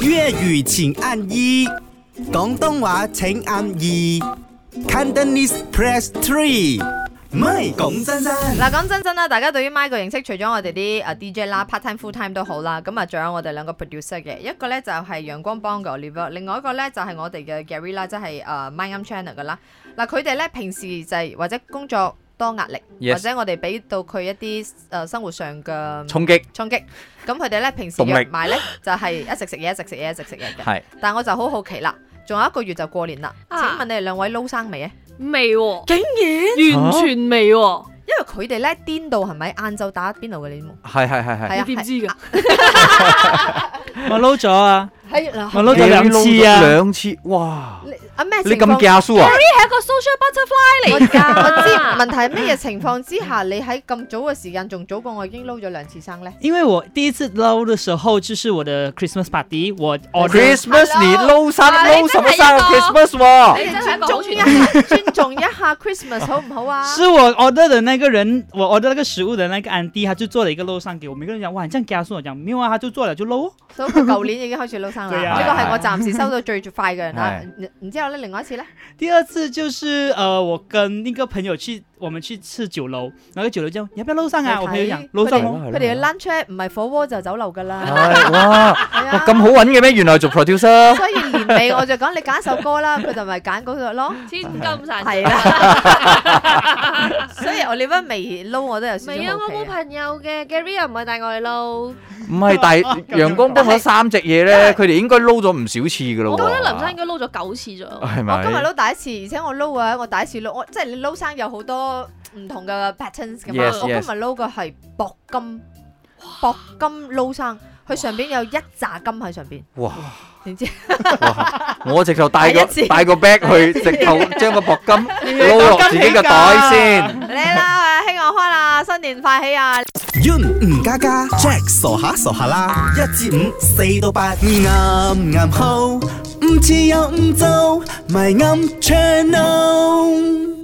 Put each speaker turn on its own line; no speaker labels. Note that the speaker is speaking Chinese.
粤语请按一，广东话请按二，Cantonese press three。唔係講真真，
嗱，講真真啦，大家對於 Mike 嘅認識，除咗我哋啲啊 DJ 啦、part time、full time 都好啦，咁啊，仲有我哋兩個 producer 嘅，一個咧就係陽光幫嘅 Oliver，另外一個咧就係我哋嘅 Gary 啦，即係啊 Mike Am Channel 嘅啦。嗱，佢哋咧平時就係或者工作多壓力
Yes
或者我哋俾到佢一啲誒生活上嘅
衝擊
衝擊，咁佢哋咧平時
動力
約埋咧就係一直食嘢、一直食嘢、一直食嘢嘅。
係
但我就好好奇啦，仲有一個月就過年啦，請
啊
問你哋兩位撈生未啊？
未喎，
竟然，
完全未喎，
因為佢哋咧顛到係咪晏晝打邊爐嘅你冇？
係係係係，
係啊
你點知㗎？
我撈咗啊！
係嗱
我撈咗兩次啊！
兩次，哇！
你啊咩
你
情
咁
況？
架蘇啊？
係一個 social butterfly
我
嚟
知我 知
㗎，
問題係咩嘢情況之下，你喺咁早嘅時間，仲早過我已經撈咗兩次生咧？
因为我第一次撈的时候，就是我的 Christmas party，我 order
Christmas 你撈衫
啊你
撈什麼
真係
衫
一個
啊？Christmas 喎，
你真係
尊
一個好
重
傳
一下，尊重一下 Christmas 好唔好啊？
是我 order 的那个人，我 order 那个食物的那个安迪，他就做了一个肉上给我。每个人讲哇，你这样加速，我讲没有啊，他就做了就捞哦。
所以佢舊年已經開始撈生
對
啦，
啊
呢個係我暫時收到最快嘅人啦。
係
然然之後咧，另外一次咧，
第二次就是呃，我跟一个朋友去，我们去吃酒楼，然后酒楼就你要不要捞上啊？我朋友讲
你睇
捞
佢
上
哋
哦。
咯
佢哋嘅 lunch 唔係火鍋就酒樓噶啦，
係哇！
係
哇
啊
咁。好揾嘅咩？原來做 producer
所以年尾我就講你揀一首歌啦，佢就咪揀嗰個咯。
千金散
係啊
啦，
所以我你乜未撈我都有少少
未啊，我
好
冇
奇啊。
朋友嘅，Gary 又唔係帶我去撈，
唔係，但係陽光幫咗三隻嘢咧，佢哋應該撈咗啊唔少次噶咯
我
喎。
覺得林生應該撈咗九次咗，
係
我今日
咪？
撈第一次，而且我撈啊，我第一次撈，我即係你撈生有好多唔同嘅 patterns 噶嘛。
Yes,
我今
yes
日撈嘅係薄金，薄金撈生，佢上邊有一紮金喺上邊，
哇！
你 知？
哇我直頭帶個
第一次
帶個 bag 去，直頭將個薄金撈落自己嘅袋先。
你啦，誒興我開啦，新年快喜啊！
Yun 吳家家 Jack 傻下傻下啦，一至五四到八，啱啱好，唔似又唔做，咪啱 channel。